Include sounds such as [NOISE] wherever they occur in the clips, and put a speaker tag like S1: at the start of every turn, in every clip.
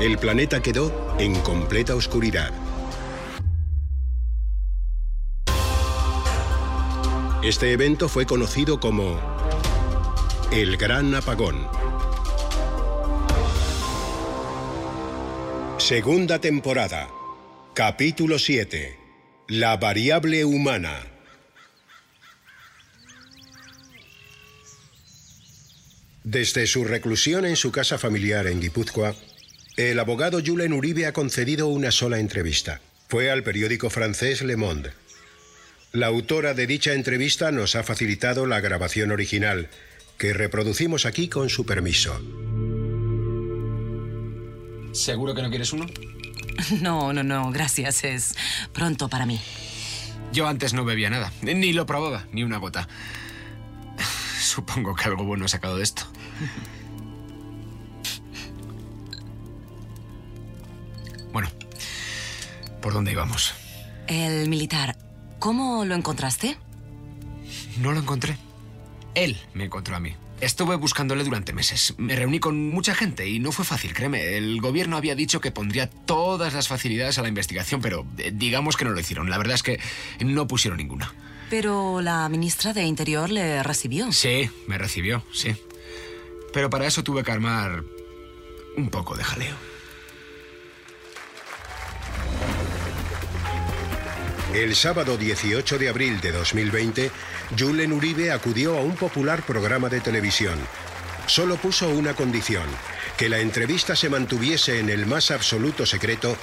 S1: El planeta quedó en completa oscuridad. Este evento fue conocido como el Gran Apagón. Segunda temporada, capítulo 7. La variable humana. Desde su reclusión en su casa familiar en Guipúzcoa, el abogado Julen Uribe ha concedido una sola entrevista. Fue al periódico francés Le Monde. La autora de dicha entrevista nos ha facilitado la grabación original, que reproducimos aquí con su permiso.
S2: ¿Seguro que no quieres uno?
S3: No, no, no, gracias. Es pronto para mí.
S2: Yo antes no bebía nada, ni lo probaba, ni una gota. Supongo que algo bueno he sacado de esto. Bueno, ¿por dónde íbamos?
S3: El militar, ¿cómo lo encontraste?
S2: No lo encontré. Él me encontró a mí. Estuve buscándole durante meses. Me reuní con mucha gente y no fue fácil, créeme. El gobierno había dicho que pondría todas las facilidades a la investigación, pero eh, digamos que no lo hicieron. La verdad es que no pusieron ninguna.
S3: Pero la ministra de Interior le recibió.
S2: Sí, me recibió, sí. Pero para eso tuve que armar un poco de jaleo.
S1: El sábado 18 de abril de 2020, Julen Uribe acudió a un popular programa de televisión. Solo puso una condición, que la entrevista se mantuviese en el más absoluto secreto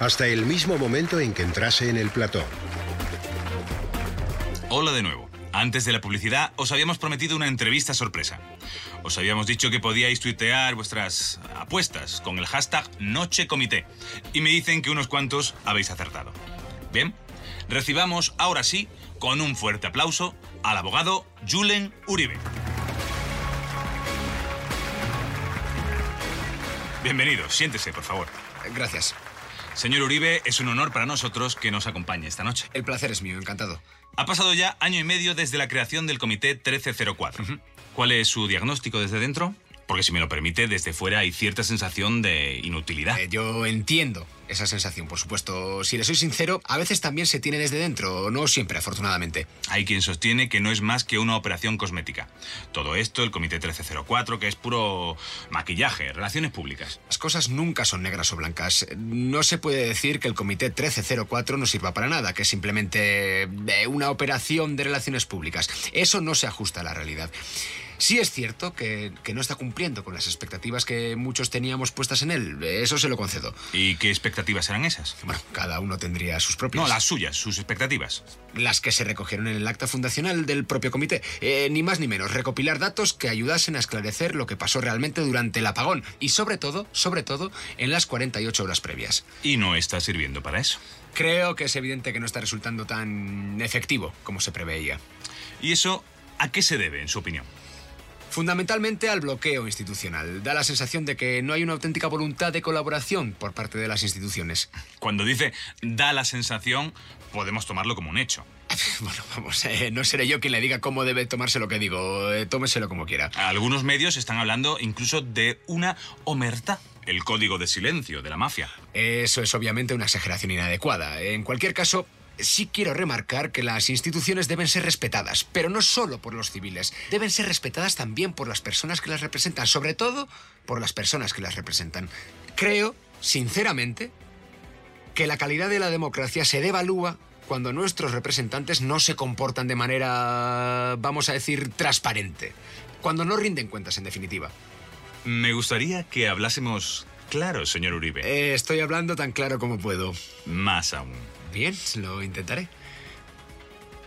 S1: hasta el mismo momento en que entrase en el plató.
S4: Hola de nuevo. Antes de la publicidad os habíamos prometido una entrevista sorpresa. Os habíamos dicho que podíais tuitear vuestras apuestas con el hashtag NocheComité y me dicen que unos cuantos habéis acertado. Bien, recibamos ahora sí, con un fuerte aplauso, al abogado Julen Uribe. Bienvenido, siéntese, por favor.
S2: Gracias.
S4: Señor Uribe, es un honor para nosotros que nos acompañe esta noche.
S2: El placer es mío, encantado.
S4: Ha pasado ya año y medio desde la creación del Comité 1304. ¿Cuál es su diagnóstico desde dentro? Porque si me lo permite, desde fuera hay cierta sensación de inutilidad.
S2: Eh, yo entiendo esa sensación, por supuesto. Si le soy sincero, a veces también se tiene desde dentro, no siempre, afortunadamente.
S4: Hay quien sostiene que no es más que una operación cosmética. Todo esto, el Comité 1304, que es puro maquillaje, relaciones públicas.
S2: Las cosas nunca son negras o blancas. No se puede decir que el Comité 1304 no sirva para nada, que es simplemente eh, una operación de relaciones públicas. Eso no se ajusta a la realidad. Sí es cierto que, que no está cumpliendo con las expectativas que muchos teníamos puestas en él. Eso se lo concedo.
S4: ¿Y qué expectativas eran esas?
S2: Bueno, cada uno tendría sus propias.
S4: No, las suyas, sus expectativas.
S2: Las que se recogieron en el acta fundacional del propio comité. Eh, ni más ni menos, recopilar datos que ayudasen a esclarecer lo que pasó realmente durante el apagón y sobre todo, sobre todo, en las 48 horas previas.
S4: Y no está sirviendo para eso.
S2: Creo que es evidente que no está resultando tan efectivo como se preveía.
S4: ¿Y eso a qué se debe, en su opinión?
S2: Fundamentalmente al bloqueo institucional. Da la sensación de que no hay una auténtica voluntad de colaboración por parte de las instituciones. [LAUGHS]
S4: Cuando dice da la sensación, podemos tomarlo como un hecho.
S2: Bueno, vamos, eh, no seré yo quien le diga cómo debe tomarse lo que digo. Eh, tómeselo como quiera.
S4: Algunos medios están hablando incluso de una omerta, el código de silencio de la mafia.
S2: Eso es obviamente una exageración inadecuada. En cualquier caso, sí quiero remarcar que las instituciones deben ser respetadas, pero no solo por los civiles, deben ser respetadas también por las personas que las representan, sobre todo por las personas que las representan. Creo, sinceramente, que la calidad de la democracia se devalúa cuando nuestros representantes no se comportan de manera, vamos a decir, transparente, cuando no rinden cuentas, en definitiva.
S4: Me gustaría que hablásemos claro, señor Uribe.
S2: Eh, estoy hablando tan claro como puedo.
S4: Más aún.
S2: Bien, lo intentaré.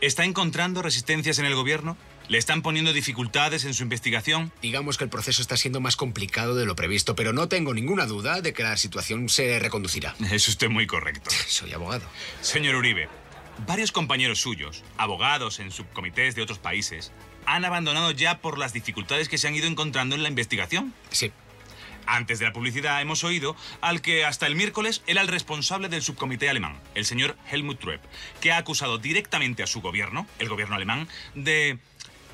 S4: ¿Está encontrando resistencias en el gobierno? ¿Le están poniendo dificultades en su investigación? [LAUGHS]
S2: Digamos que el proceso está siendo más complicado de lo previsto, pero no tengo ninguna duda de que la situación se reconducirá.
S4: Es usted muy correcto.
S2: Soy abogado.
S4: Señor Uribe, varios compañeros suyos, abogados en subcomités de otros países, han abandonado ya por las dificultades que se han ido encontrando en la investigación.
S2: Sí,
S4: Antes de la publicidad hemos oído al que hasta el miércoles era el responsable del subcomité alemán, el señor Helmut Trepp, que ha acusado directamente a su gobierno, el gobierno alemán, de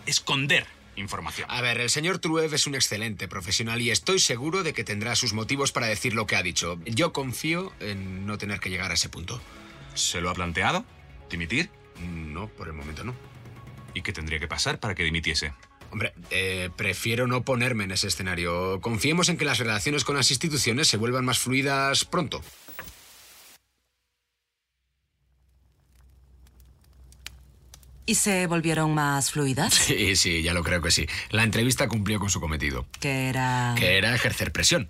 S4: esconder información.
S2: A ver, el señor Truev es un excelente profesional y estoy seguro de que tendrá sus motivos para decir lo que ha dicho. Yo confío en no tener que llegar a ese punto.
S4: ¿Se lo ha planteado? ¿Dimitir?
S2: No, por el momento no.
S4: ¿Y qué tendría que pasar para que dimitiese?
S2: Hombre, eh, prefiero no ponerme en ese escenario. Confiemos en que las relaciones con las instituciones se vuelvan más fluidas pronto. [LAUGHS]
S3: ¿Y se volvieron más fluidas?
S2: Sí, sí, ya lo creo que sí. La entrevista cumplió con su cometido,
S3: Que era...
S2: que era ejercer presión.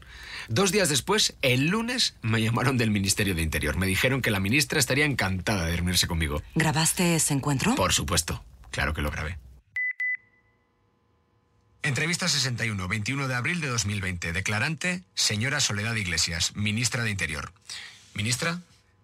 S2: Dos días después, el lunes, me llamaron del Ministerio de Interior. Me dijeron que la ministra estaría encantada de reunirse conmigo.
S3: ¿Grabaste ese encuentro?
S2: Por supuesto, claro que lo grabé. Entrevista 61, 21 de abril de 2020. Declarante, señora Soledad Iglesias, ministra de Interior. ¿Ministra?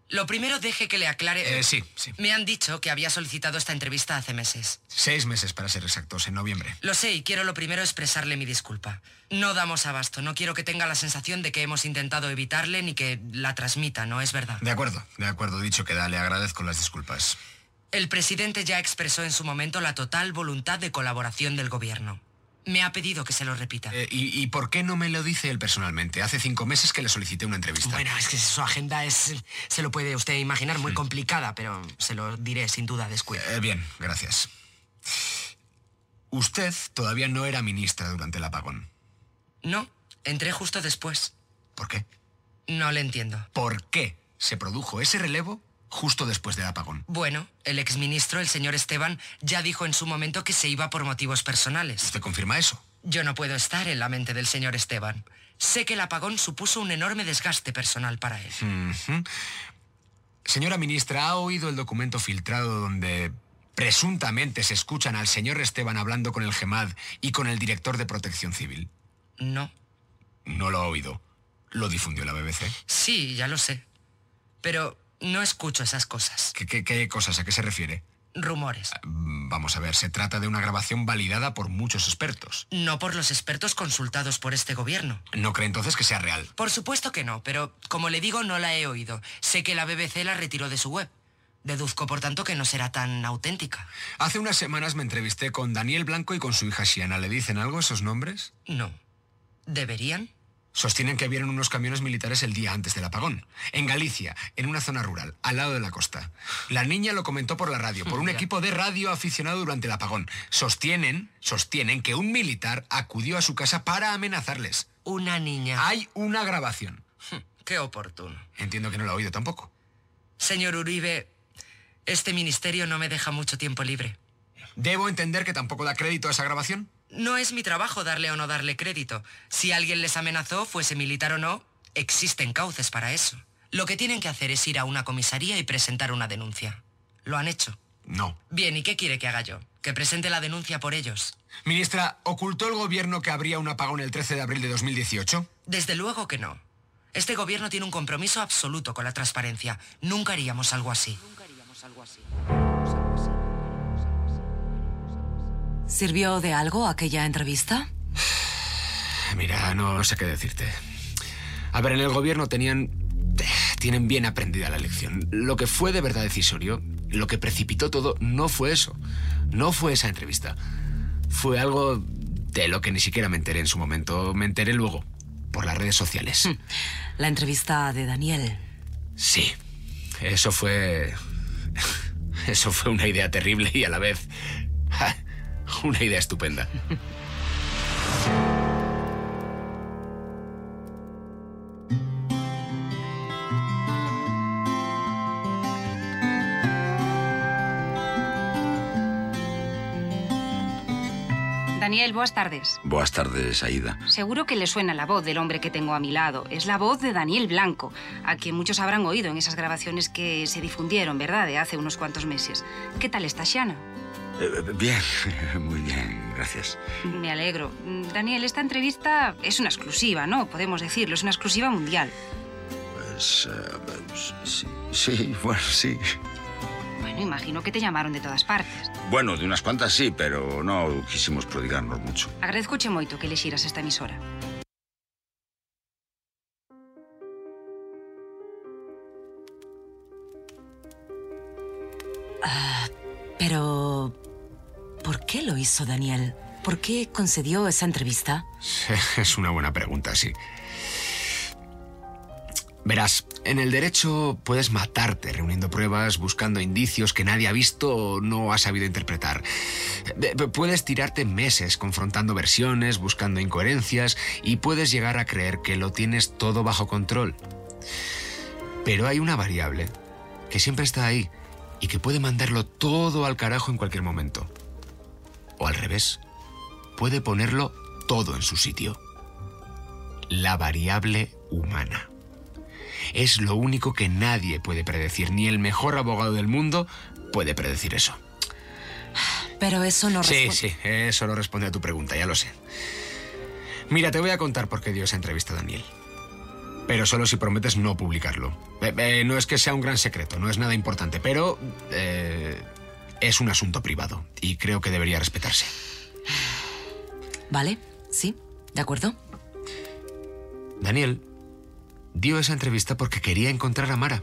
S5: Lo primero deje que le aclare.
S2: Eh, sí, sí.
S5: Me han dicho que había solicitado esta entrevista hace meses.
S2: Seis meses para ser exactos, en noviembre.
S5: Lo sé y quiero lo primero expresarle mi disculpa. No damos abasto, no quiero que tenga la sensación de que hemos intentado evitarle ni que la transmita, no es verdad.
S2: De acuerdo, de acuerdo, dicho queda, le agradezco las disculpas.
S5: El presidente ya expresó en su momento la total voluntad de colaboración del gobierno. Me ha pedido que se lo repita.
S2: Eh, ¿y, y por qué no me lo dice él personalmente? Hace cinco meses que le solicité una entrevista.
S5: Bueno, es que su agenda es, se lo puede usted imaginar, muy complicada, pero se lo diré sin duda descuido.
S2: Eh, bien, gracias. Usted todavía no era ministra durante el apagón.
S5: No, entré justo después.
S2: ¿Por qué?
S5: No le entiendo.
S2: ¿Por qué se produjo ese relevo justo después del apagón?
S5: Bueno, el exministro, el señor Esteban, ya dijo en su momento que se iba por motivos personales.
S2: ¿Usted confirma eso?
S5: Yo no puedo estar en la mente del señor Esteban. Sé que el apagón supuso un enorme desgaste personal para él.
S2: Señora ministra, ¿ha oído el documento filtrado donde presuntamente se escuchan al señor Esteban hablando con el GEMAD y con el director de Protección Civil?
S5: No.
S2: No lo ha oído. Lo difundió la BBC.
S5: Sí, ya lo sé. Pero no escucho esas cosas.
S2: ¿Qué, qué- qué cosas? ¿A qué se refiere?
S5: Rumores.
S2: Mm, Vamos a ver, se trata de una grabación validada por muchos expertos.
S5: No por los expertos consultados por este gobierno.
S2: ¿No cree entonces que sea real?
S5: Por supuesto que no, pero como le digo, no la he oído. Sé que la BBC la retiró de su web. Deduzco, por tanto, que no será tan auténtica.
S2: Hace unas semanas me entrevisté con Daniel Blanco y con su hija Shiana. ¿Le dicen algo esos nombres?
S5: No. ¿Deberían?
S2: Sostienen que vieron unos camiones militares el día antes del apagón, en Galicia, en una zona rural, al lado de la costa. La niña lo comentó por la radio, por un
S5: Ya.
S2: equipo de radio aficionado durante el apagón. Sostienen, sostienen que un militar acudió a su casa para amenazarles.
S5: Una niña.
S2: Hay una grabación.
S5: Qué oportuno.
S2: Entiendo que no la ha oído tampoco.
S5: Señor Uribe, este ministerio no me deja mucho tiempo libre.
S2: ¿Debo entender que tampoco da crédito a esa grabación?
S5: No es mi trabajo darle o no darle crédito. Si alguien les amenazó, fuese militar o no, existen cauces para eso. Lo que tienen que hacer es ir a una comisaría y presentar una denuncia. Lo han hecho.
S2: No.
S5: Bien, ¿y qué quiere que haga yo? Que presente la denuncia por ellos.
S2: Ministra, ¿ocultó el gobierno que habría un apagón el 13 de abril de 2018?
S5: Desde luego que no. Este gobierno tiene un compromiso absoluto con la transparencia. Nunca haríamos algo así.
S3: ¿Sirvió de algo aquella entrevista?
S2: Mira, no sé qué decirte. A ver, en el gobierno tenían. Tienen bien aprendida la lección. Lo que fue de verdad decisorio, lo que precipitó todo, no fue eso. No fue esa entrevista. Fue algo de lo que ni siquiera me enteré en su momento. Me enteré luego, por las redes sociales.
S3: La entrevista de Daniel.
S2: Sí. Eso fue. [LAUGHS] Eso fue una idea terrible y a la vez. [LAUGHS] ja, Una idea estupenda.
S6: Daniel, buenas tardes.
S7: Buenas tardes, Aida.
S6: Seguro que le suena la voz del hombre que tengo a mi lado. Es la voz de Daniel Blanco, a quien muchos habrán oído en esas grabaciones que se difundieron, ¿verdad?, de hace unos cuantos meses. ¿Qué tal está Shana?
S7: Eh, Bien, [LAUGHS] muy bien, gracias.
S6: Me alegro. Mm, Daniel, esta entrevista es una exclusiva, ¿no? Podemos decirlo, es una exclusiva mundial.
S7: Pues, eh, pues, sí, sí, [LAUGHS] bueno, sí.
S6: Bueno, imagino que te llamaron de todas partes.
S7: Bueno, de unas cuantas sí, pero no quisimos prodigarnos mucho.
S6: Agradezcoche moito que elixiras esta emisora.
S3: Pero... ¿Por qué lo hizo Daniel? ¿Por qué concedió esa entrevista?
S2: [LAUGHS] Es una buena pregunta, sí. Verás, en el derecho puedes matarte reuniendo pruebas, buscando indicios que nadie ha visto o no ha sabido interpretar. De- de- Puedes tirarte meses confrontando versiones, buscando incoherencias y puedes llegar a creer que lo tienes todo bajo control. Pero hay una variable que siempre está ahí y que puede mandarlo todo al carajo en cualquier momento. O al revés, puede ponerlo todo en su sitio. La variable humana es lo único que nadie puede predecir, ni el mejor abogado del mundo puede predecir eso.
S3: Pero eso no
S2: Sí,
S3: responde-
S2: sí, eso lo responde a tu pregunta, ya lo sé. Mira, te voy a contar por qué dio esa entrevista a Daniel. Pero solo si prometes no publicarlo. Eh, eh, no es que sea un gran secreto, no es nada importante, pero eh, es un asunto privado y creo que debería respetarse.
S3: ¿Vale? ¿Sí? ¿De acuerdo?
S2: Daniel dio esa entrevista porque quería encontrar a Mara,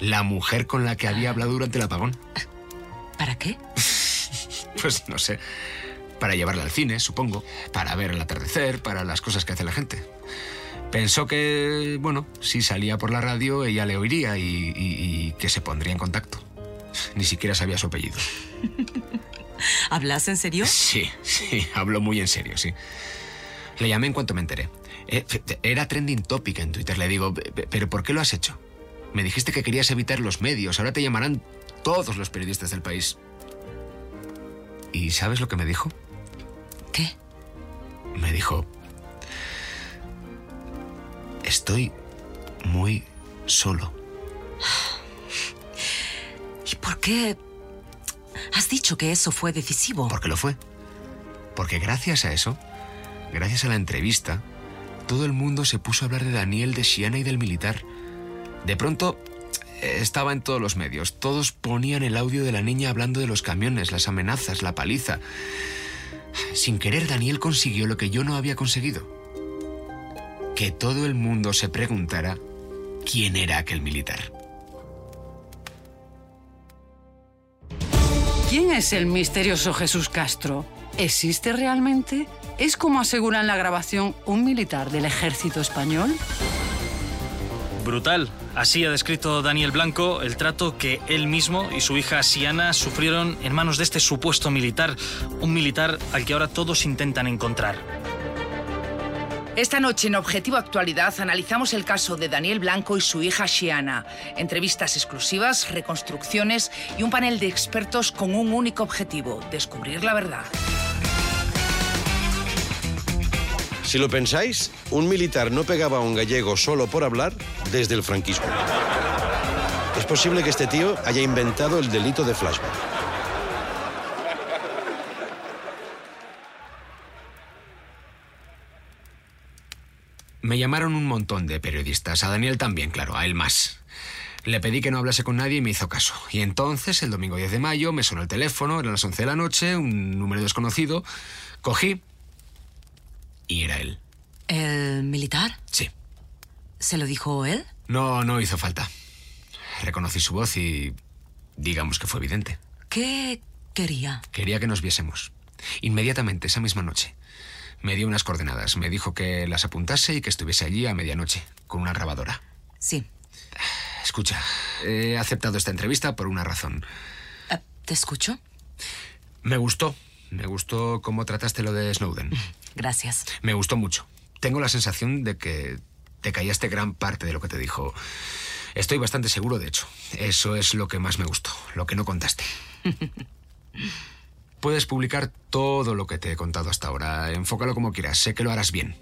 S2: la mujer con la que había hablado durante el apagón.
S3: ¿Para qué?
S2: Pues no sé. Para llevarla al cine, supongo. Para ver el atardecer, para las cosas que hace la gente. Pensó que, bueno, si salía por la radio, ella le oiría y, y- y que se pondría en contacto. Ni siquiera sabía su apellido.
S3: ¿Hablas en serio?
S2: Sí, sí, [LAUGHS] hablo muy en serio, sí. Le llamé en cuanto me enteré. Eh, Era trending topic en Twitter. Le digo, "Pe- pe- ¿pero por qué lo has hecho? Me dijiste que querías evitar los medios. Ahora te llamarán todos los periodistas del país. ¿Y sabes lo que me dijo?
S3: ¿Qué?
S2: me dijo, estoy muy solo.
S3: ¿Y por qué has dicho que eso fue decisivo?
S2: Porque lo fue. Porque gracias a eso, gracias a la entrevista, todo el mundo se puso a hablar de Daniel, de Shiana y del militar. De pronto eh, estaba en todos los medios. Todos ponían el audio de la niña hablando de los camiones, las amenazas, la paliza. Sin querer, Daniel consiguió lo que yo no había conseguido. Que todo el mundo se preguntara quién era aquel militar.
S8: ¿Quién es el misterioso Jesús Castro? ¿Existe realmente? ¿Es como asegura en la grabación un militar del ejército español?
S9: Brutal. Así ha descrito Daniel Blanco el trato que él mismo y su hija Siana sufrieron en manos de este supuesto militar, un militar al que ahora todos intentan encontrar.
S10: Esta noche en Objetivo Actualidad analizamos el caso de Daniel Blanco y su hija Shiana. Entrevistas exclusivas, reconstrucciones y un panel de expertos con un único objetivo, descubrir la verdad.
S11: Si lo pensáis, un militar no pegaba a un gallego solo por hablar desde el franquismo. Es posible que este tío haya inventado el delito de flashback.
S2: Me llamaron un montón de periodistas, a Daniel también, claro, a él más. Le pedí que no hablase con nadie y me hizo caso. Y entonces, el domingo 10 de mayo, me sonó el teléfono, eran las 11 de la noche, un número desconocido. Cogí y era él.
S3: ¿El militar?
S2: Sí.
S3: ¿Se lo dijo él?
S2: No, no hizo falta. Reconocí su voz y digamos que fue evidente.
S3: ¿Qué quería?
S2: Quería que nos viésemos. Inmediatamente, esa misma noche. Me dio unas coordenadas, me dijo que las apuntase y que estuviese allí a medianoche, con una grabadora.
S3: Sí,
S2: Escucha, he aceptado esta entrevista por una razón.
S3: eh, te escucho.
S2: Me gustó. Me gustó cómo trataste lo de Snowden.
S3: Gracias.
S2: Me gustó mucho. Tengo la sensación de que te callaste gran parte de lo que te dijo. Estoy bastante seguro, de hecho. Eso es lo que más me gustó, lo que no contaste. Puedes publicar todo lo que te he contado hasta ahora. Enfócalo como quieras. Sé que lo harás bien.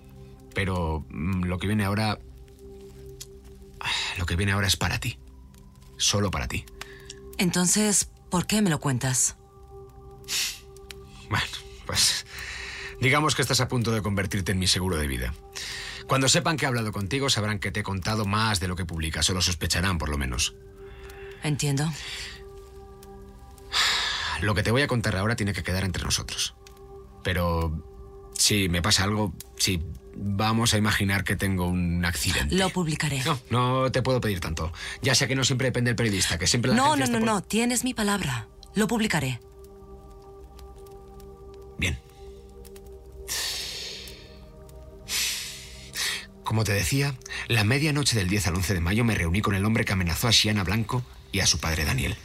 S2: Pero mm, lo que viene ahora... Lo que viene ahora es para ti. Solo para ti.
S3: Entonces, ¿Por qué me lo cuentas?
S2: Bueno, pues digamos que estás a punto de convertirte en mi seguro de vida. Cuando sepan que he hablado contigo, sabrán que te he contado más de lo que publicas, o lo sospecharán por lo menos.
S3: Entiendo.
S2: Lo que te voy a contar ahora tiene que quedar entre nosotros. Pero si me pasa algo, si vamos a imaginar que tengo un accidente.
S3: Lo publicaré.
S2: No, no te puedo pedir tanto. Ya sé que no siempre depende del periodista, que siempre la
S3: No, no,
S2: agencia
S3: no,
S2: está
S3: no. Tienes mi palabra. Lo publicaré.
S2: por- Como te decía, la medianoche del 10 al 11 de mayo me reuní con el hombre que amenazó a Siana Blanco y a su padre Daniel.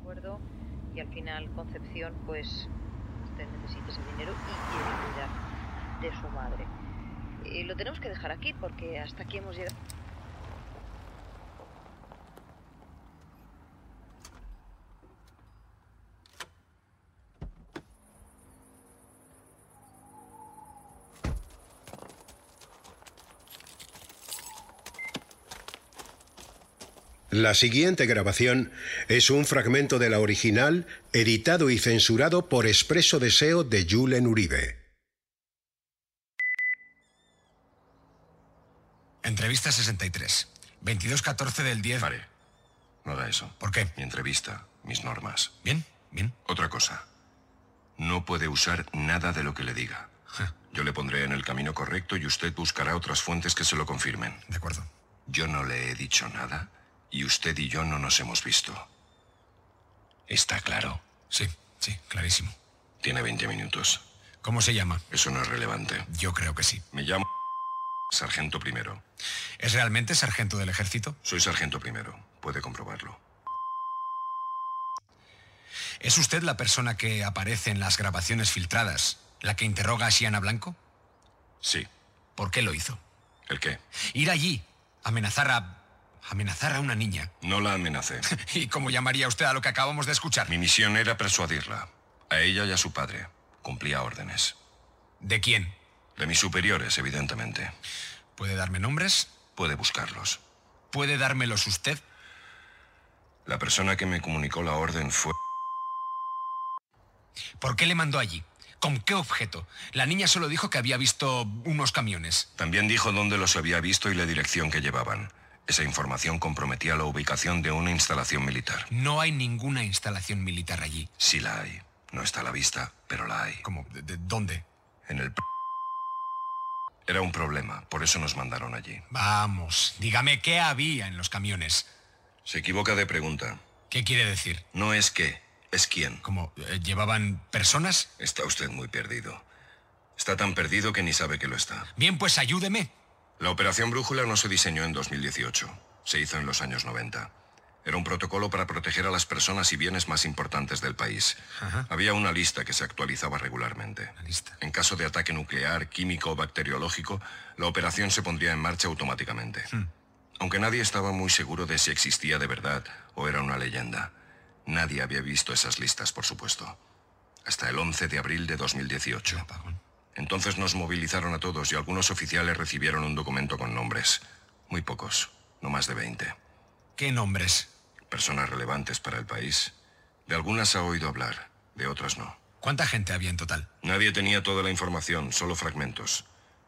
S12: acuerdo y al final Concepción pues usted necesita ese dinero y quiere cuidar de su madre. Y lo tenemos que dejar aquí porque hasta aquí hemos llegado.
S1: La siguiente grabación es un fragmento de la original, editado y censurado por expreso deseo de Julen Uribe.
S2: Entrevista 63. 22-14 del 10. Vale.
S7: No da eso.
S2: ¿Por qué?
S7: Mi entrevista, mis normas.
S2: Bien, bien.
S7: Otra cosa. No puede usar nada de lo que le diga. Yo le pondré en el camino correcto y usted buscará otras fuentes que se lo confirmen.
S2: De acuerdo.
S7: Yo no le he dicho nada y usted y yo no nos hemos visto. ¿Está claro?
S2: Sí, sí, clarísimo.
S7: Tiene 20 minutos.
S2: ¿Cómo se llama?
S7: Eso no es relevante.
S2: Yo creo que sí.
S7: Me llamo Sargento Primero.
S2: ¿Es realmente sargento del ejército?
S7: Soy Sargento Primero. Puede comprobarlo.
S2: ¿Es usted la persona que aparece en las grabaciones filtradas, la que interroga a Siana Blanco?
S7: Sí.
S2: ¿Por qué lo hizo?
S7: ¿El qué?
S2: Ir allí, amenazar a... amenazar a una niña. [LAUGHS]
S7: No la amenacé.
S2: ¿Y cómo llamaría usted a lo que acabamos de escuchar?
S7: Mi misión era persuadirla. A ella y a su padre. Cumplía órdenes.
S2: ¿De quién?
S7: De mis superiores, evidentemente.
S2: ¿Puede darme nombres?
S7: Puede buscarlos.
S2: ¿Puede dármelos usted?
S7: La persona que me comunicó la orden fue...
S2: ¿Por qué le mandó allí? ¿Con qué objeto? La niña solo dijo que había visto unos camiones.
S7: También dijo dónde los había visto y la dirección que llevaban. Esa información comprometía la ubicación de una instalación militar.
S2: No hay ninguna instalación militar allí.
S7: Sí la hay. No está a la vista, pero la hay.
S2: ¿Cómo? ¿De, de dónde?
S7: En el... p- Era un problema, por eso nos mandaron allí.
S2: Vamos, dígame qué había en los camiones.
S7: Se equivoca de pregunta.
S2: ¿Qué quiere decir?
S7: No es qué, es quién.
S2: ¿Cómo? Eh, ¿Llevaban personas?
S7: Está usted muy perdido. Está tan perdido que ni sabe que lo está.
S2: Bien, pues ayúdeme.
S7: La operación Brújula no se diseñó en 2018, se hizo en los años 90. Era un protocolo para proteger a las personas y bienes más importantes del país. Había una lista que se actualizaba regularmente. En caso de ataque nuclear, químico o bacteriológico, la operación se pondría en marcha automáticamente. Aunque nadie estaba muy seguro de si existía de verdad o era una leyenda. Nadie había visto esas listas, por supuesto. Hasta el 11 de abril de 2018. Entonces nos movilizaron a todos y algunos oficiales recibieron un documento con nombres. Muy pocos, no más de 20.
S2: ¿Qué nombres?
S7: Personas relevantes para el país. De algunas ha oído hablar, de otras no.
S2: ¿Cuánta gente había en total?
S7: Nadie tenía toda la información, solo fragmentos.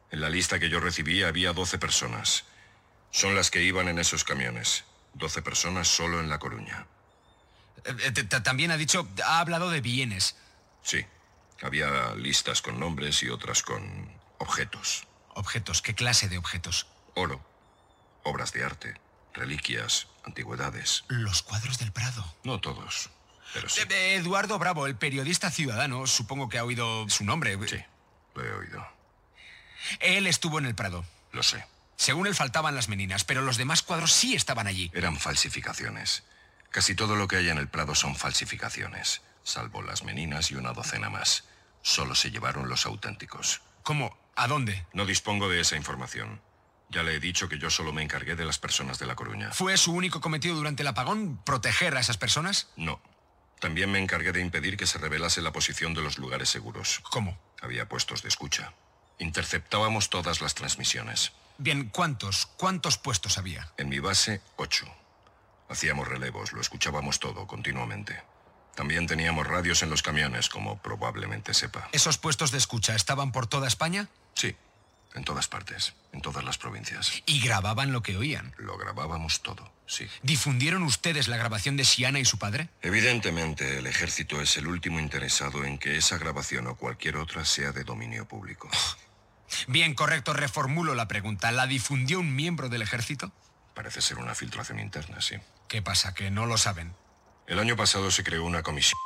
S7: En la lista que yo recibí había 12 personas. Son las que iban en esos camiones. 12 personas solo en La Coruña.
S2: Eh, eh, t- t- También ha dicho, ha hablado de bienes.
S7: Sí, había listas con nombres y otras con objetos.
S2: Objetos, ¿qué clase de objetos?
S7: Oro, obras de arte, reliquias, antigüedades.
S2: Los cuadros del Prado.
S7: No todos, pero
S2: Eh, eh, Eduardo Bravo, el periodista ciudadano, supongo que ha oído su nombre. Sí,
S7: lo he oído.
S2: Él estuvo en el Prado.
S7: Lo sé.
S2: Según él faltaban las meninas, pero los demás cuadros sí estaban allí.
S7: Eran falsificaciones. Casi todo lo que hay en el Prado son falsificaciones, salvo las meninas y una docena más. Solo se llevaron los auténticos.
S2: ¿Cómo? ¿A dónde?
S7: No dispongo de esa información. Ya le he dicho que yo solo me encargué de las personas de La Coruña.
S2: ¿Fue su único cometido durante el apagón proteger a esas personas?
S7: No. También me encargué de impedir que se revelase la posición de los lugares seguros.
S2: ¿Cómo?
S7: Había puestos de escucha. Interceptábamos todas las transmisiones.
S2: Bien, ¿cuántos? ¿Cuántos puestos había?
S7: En mi base, ocho. Hacíamos relevos, lo escuchábamos todo continuamente. También teníamos radios en los camiones, como probablemente sepa.
S2: ¿Esos puestos de escucha estaban por toda España?
S7: Sí, en todas partes, en todas las provincias.
S2: ¿Y grababan lo que oían?
S7: Lo grabábamos todo, sí.
S2: ¿Difundieron ustedes la grabación de Siana y su padre?
S7: Evidentemente, el ejército es el último interesado en que esa grabación o cualquier otra sea de dominio público.
S2: Bien, correcto, reformulo la pregunta. ¿La difundió un miembro del ejército?
S7: Parece ser una filtración interna, sí.
S2: ¿Qué pasa? ¿Que no lo saben?
S7: El año pasado se creó una comisión.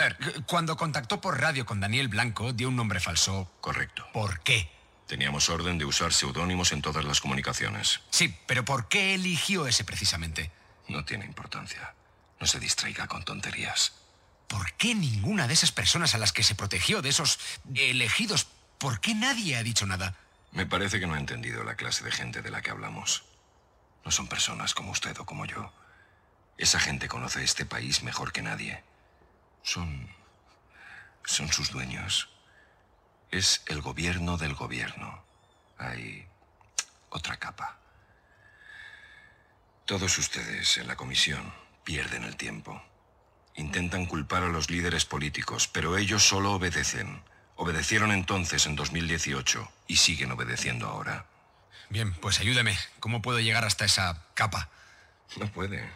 S2: A ver, Cuando contactó por radio con Daniel Blanco, dio un nombre falso.
S7: Correcto.
S2: ¿Por qué?
S7: Teníamos orden de usar seudónimos en todas las comunicaciones.
S2: Sí, pero ¿por qué eligió ese precisamente?
S7: No tiene importancia. No se distraiga con tonterías.
S2: ¿Por qué ninguna de esas personas a las que se protegió, de esos elegidos, por qué nadie ha dicho nada?
S7: Me parece que no ha entendido la clase de gente de la que hablamos. No son personas como usted o como yo. Esa gente conoce este país mejor que nadie. Son... son sus dueños. Es el gobierno del gobierno. Hay otra capa. Todos ustedes en la comisión pierden el tiempo. Intentan culpar a los líderes políticos, pero ellos solo obedecen. Obedecieron entonces en 2018 y siguen obedeciendo ahora.
S2: Bien, pues ayúdame. ¿Cómo puedo llegar hasta esa capa?
S7: No puede.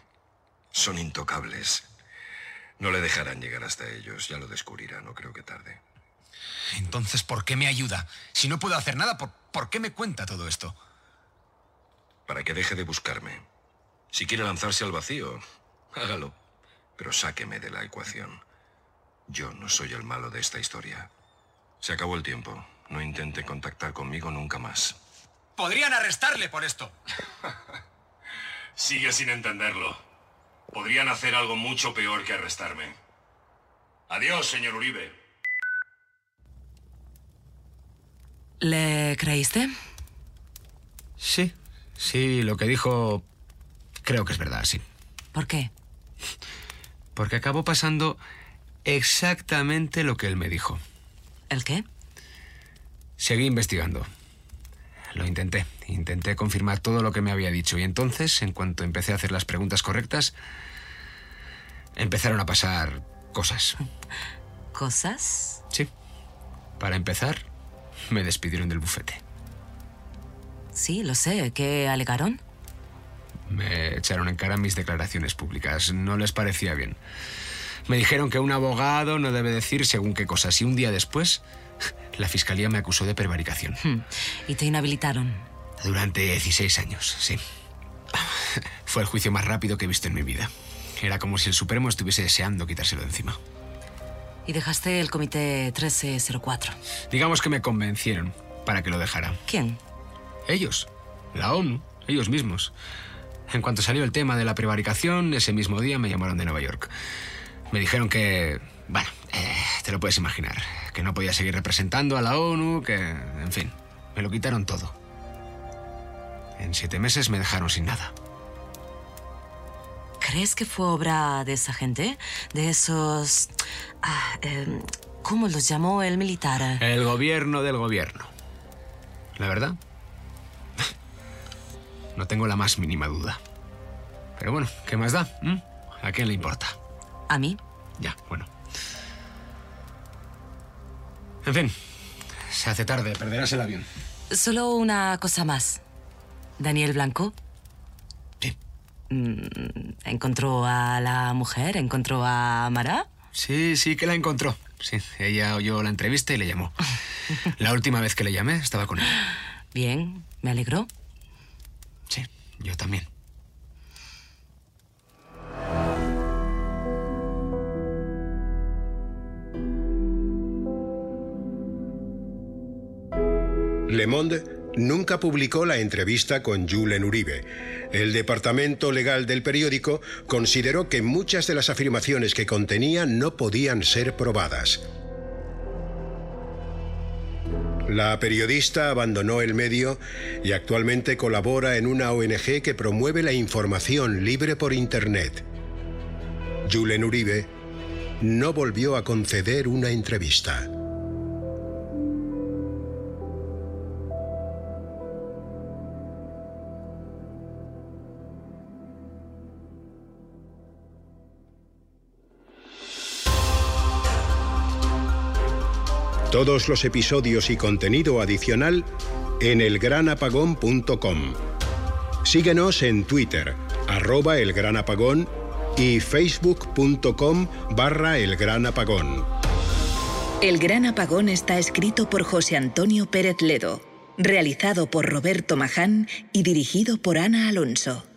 S7: Son intocables. No le dejarán llegar hasta ellos. Ya lo descubrirá, no creo que tarde.
S2: Entonces, ¿por qué me ayuda? Si no puedo hacer nada, ¿por, por qué me cuenta todo esto?
S7: Para que deje de buscarme. Si quiere lanzarse al vacío, hágalo. Pero sáqueme de la ecuación. Yo no soy el malo de esta historia. Se acabó el tiempo. No intente contactar conmigo nunca más.
S2: Podrían arrestarle por esto.
S13: Sigue sin entenderlo. Podrían hacer algo mucho peor que arrestarme. Adiós, señor Uribe.
S3: ¿Le creíste?
S2: Sí, sí, lo que dijo creo que es verdad, sí.
S3: ¿Por qué?
S2: Porque acabó pasando exactamente lo que él me dijo.
S3: ¿El qué?
S2: Seguí investigando. Lo intenté. Intenté confirmar todo lo que me había dicho. Y entonces, en cuanto empecé a hacer las preguntas correctas, empezaron a pasar cosas.
S3: ¿Cosas?
S2: Sí. Para empezar, me despidieron del bufete.
S3: Sí, lo sé. ¿Qué alegaron?
S2: Me echaron en cara mis declaraciones públicas. No les parecía bien. Me dijeron que un abogado no debe decir según qué cosas. Y un día después, la fiscalía me acusó de prevaricación.
S3: ¿Y te inhabilitaron?
S2: Durante 16 años, sí. Fue el juicio más rápido que he visto en mi vida. Era como si el Supremo estuviese deseando quitárselo de encima.
S3: ¿Y dejaste el comité 1304?
S2: Digamos que me convencieron para que lo dejara.
S3: ¿Quién?
S2: Ellos, la ONU, ellos mismos. En cuanto salió el tema de la prevaricación, ese mismo día me llamaron de Nueva York. Me dijeron que, bueno, eh, te lo puedes imaginar, que no podía seguir representando a la ONU, que, en fin, me lo quitaron todo. En siete meses me dejaron sin nada.
S3: ¿Crees que fue obra de esa gente? De esos... ah, em, ¿Cómo los llamó el militar?
S2: El gobierno del gobierno. ¿La verdad? [LAUGHS] No tengo la más mínima duda. Pero bueno, ¿qué más da? mm? ¿A quién le importa?
S3: ¿A mí?
S2: Ya, bueno. En fin, se hace tarde, perderás el avión.
S3: Solo una cosa más. ¿Daniel Blanco? Sí. ¿Encontró a la mujer? ¿Encontró a Mara?
S2: Sí, sí que la encontró. Sí, ella oyó la entrevista y le llamó. La última vez que le llamé estaba con él.
S3: Bien, me alegró.
S2: Sí, yo también.
S1: Le Monde nunca publicó la entrevista con Julen Uribe. El departamento legal del periódico consideró que muchas de las afirmaciones que contenía no podían ser probadas. La periodista abandonó el medio y actualmente colabora en una ONG que promueve la información libre por Internet. Julen Uribe no volvió a conceder una entrevista. Todos los episodios y contenido adicional en elgranapagón.com. Síguenos en Twitter, arroba elgranapagón y facebook.com barra elgranapagón.
S14: El Gran Apagón está escrito por José Antonio Pérez Ledo, realizado por Roberto Maján y dirigido por Ana Alonso.